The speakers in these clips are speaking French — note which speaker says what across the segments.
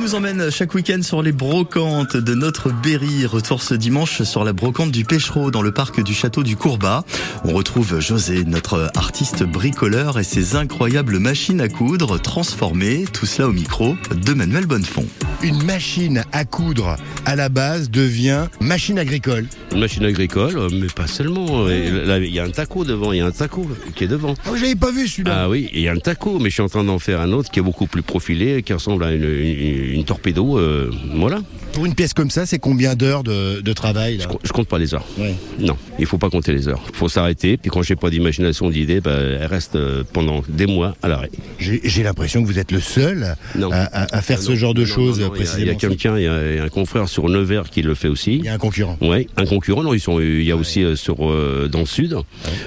Speaker 1: vous emmène chaque week-end sur les brocantes de notre Berry. Retour ce dimanche sur la brocante du Pêchereau dans le parc du château du Courbat. On retrouve José, notre artiste bricoleur et ses incroyables machines à coudre transformées, tout cela au micro de Manuel Bonnefond.
Speaker 2: Une machine à coudre à la base devient machine agricole.
Speaker 3: Une machine agricole, euh, mais pas seulement. Et là, Il y a un taco devant, il y a un taco qui est devant.
Speaker 2: Oh, j'avais pas vu celui-là.
Speaker 3: Ah oui, et il y a un taco, mais je suis en train d'en faire un autre qui est beaucoup plus profilé, qui ressemble à une, une- une torpedo. euh, voilà.
Speaker 2: Pour une pièce comme ça, c'est combien d'heures de, de travail là
Speaker 3: Je, co- je compte pas les heures.
Speaker 2: Ouais.
Speaker 3: Non, il faut pas compter les heures. faut s'arrêter, puis quand j'ai pas d'imagination, d'idée, bah, elle reste euh, pendant des mois à l'arrêt.
Speaker 2: J'ai j'ai l'impression que vous êtes le seul
Speaker 3: Non.
Speaker 2: à, à- à faire
Speaker 3: Ah
Speaker 2: ce
Speaker 3: non,
Speaker 2: genre de
Speaker 3: non, non,
Speaker 2: choses
Speaker 3: non, non, il y a-
Speaker 2: précisément.
Speaker 3: Il y a, quelqu'un, il y a- il y a un confrère sur Nevers qui le fait aussi.
Speaker 2: Il y a un concurrent.
Speaker 3: Oui, un concurrent, non, ils sont, il y a aussi euh, sur, euh, dans le sud,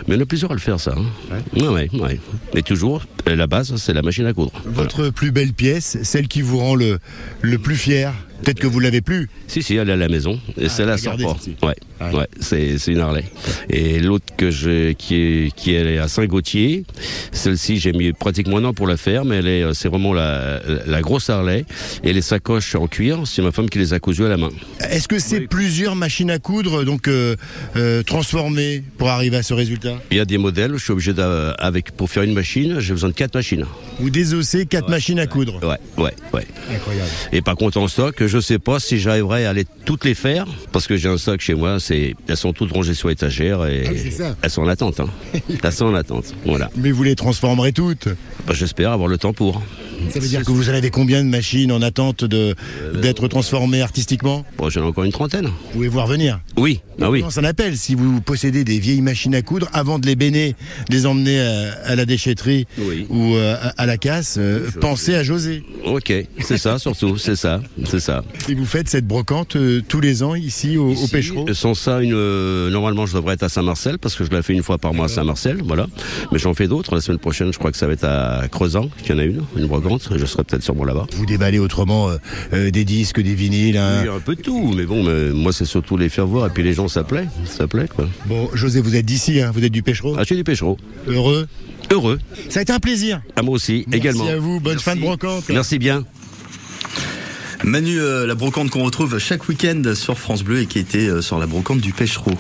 Speaker 3: mais il y en a plusieurs à le faire ça. hein. Ouais, ouais, ouais. Et toujours, euh, la base, c'est la machine à coudre. Voilà.
Speaker 2: Votre plus belle pièce, celle qui vous rend le, le plus fier, peut-être que vous l'avez plus.
Speaker 3: Si, si, Ah, elle est à la maison, et celle-là sort
Speaker 2: regardez
Speaker 3: pas.
Speaker 2: celle-ci.
Speaker 3: Ouais,
Speaker 2: Ouais.
Speaker 3: ouais, c'est c'est une Harley. Et l'autre que j'ai, qui est, qui elle est à Saint-Gauthier, celle-ci, j'ai mis pratiquement un an pour la faire, mais elle est, euh, c'est vraiment la, la- la grosse Harley, et les sacoches en cuir, c'est ma femme qui les a cousues à la main.
Speaker 2: Est-ce que c'est plusieurs machines à coudre donc euh, euh, transformées pour arriver à ce résultat
Speaker 3: Il y a des modèles, je suis obligé d'a- avec, pour faire une machine, j'ai besoin de quatre machines.
Speaker 2: Vous désossez quatre machines à coudre.
Speaker 3: Ouais, ouais, ouais.
Speaker 2: Incroyable.
Speaker 3: Et par contre, en stock, je sais pas si j'arriverai à les toutes les faire, parce que j'ai un stock chez moi, c'est, elles sont toutes rangées sur étagère et
Speaker 2: Ah oui, c'est ça.
Speaker 3: elles sont en attente, hein. elles sont en attente. Voilà.
Speaker 2: Mais vous les transformerez toutes.
Speaker 3: Bah, j'espère avoir le temps pour.
Speaker 2: Ça veut dire que vous en avez combien de machines en attente de
Speaker 3: Euh,
Speaker 2: d'être transformées artistiquement
Speaker 3: Bon, j'en ai encore une trentaine.
Speaker 2: Vous pouvez voir venir.
Speaker 3: Oui, ah oui.
Speaker 2: On s'en appelle si vous possédez des vieilles machines à coudre avant de les béner, de les emmener à, à la déchetterie
Speaker 3: Oui.
Speaker 2: ou euh, à, à la casse. euh, pensez à José.
Speaker 3: Ok, c'est ça surtout, c'est ça, c'est ça.
Speaker 2: Et vous faites cette brocante euh, tous les ans ici au, au
Speaker 3: Ici,
Speaker 2: Pêchereau.
Speaker 3: Sans ça, une, euh, normalement, je devrais être à Saint-Marcel parce que je la fais une fois par mois à Saint-Marcel, voilà. Mais j'en fais d'autres. La semaine prochaine, je crois que ça va être à Creusan, qu'il y en a une, une brocante. Je serai peut-être sûrement là-bas.
Speaker 2: Vous déballez autrement euh, euh, des disques, des vinyles. hein.
Speaker 3: Oui, un peu de tout, mais bon, mais moi c'est surtout les faire voir et puis les gens ça plaît, ça plaît quoi.
Speaker 2: Bon, José, vous êtes d'ici, hein, vous êtes du Pêchereau.
Speaker 3: Ah, chez les pêchereaux.
Speaker 2: Heureux.
Speaker 3: Heureux,
Speaker 2: Ça a été un plaisir.
Speaker 3: à moi aussi, également.
Speaker 2: Merci à vous. Bonne fin de brocante.
Speaker 3: Merci bien.
Speaker 1: Manu, euh, la brocante qu'on retrouve chaque week-end sur France Bleu et qui était euh, sur la brocante du Pêchereau.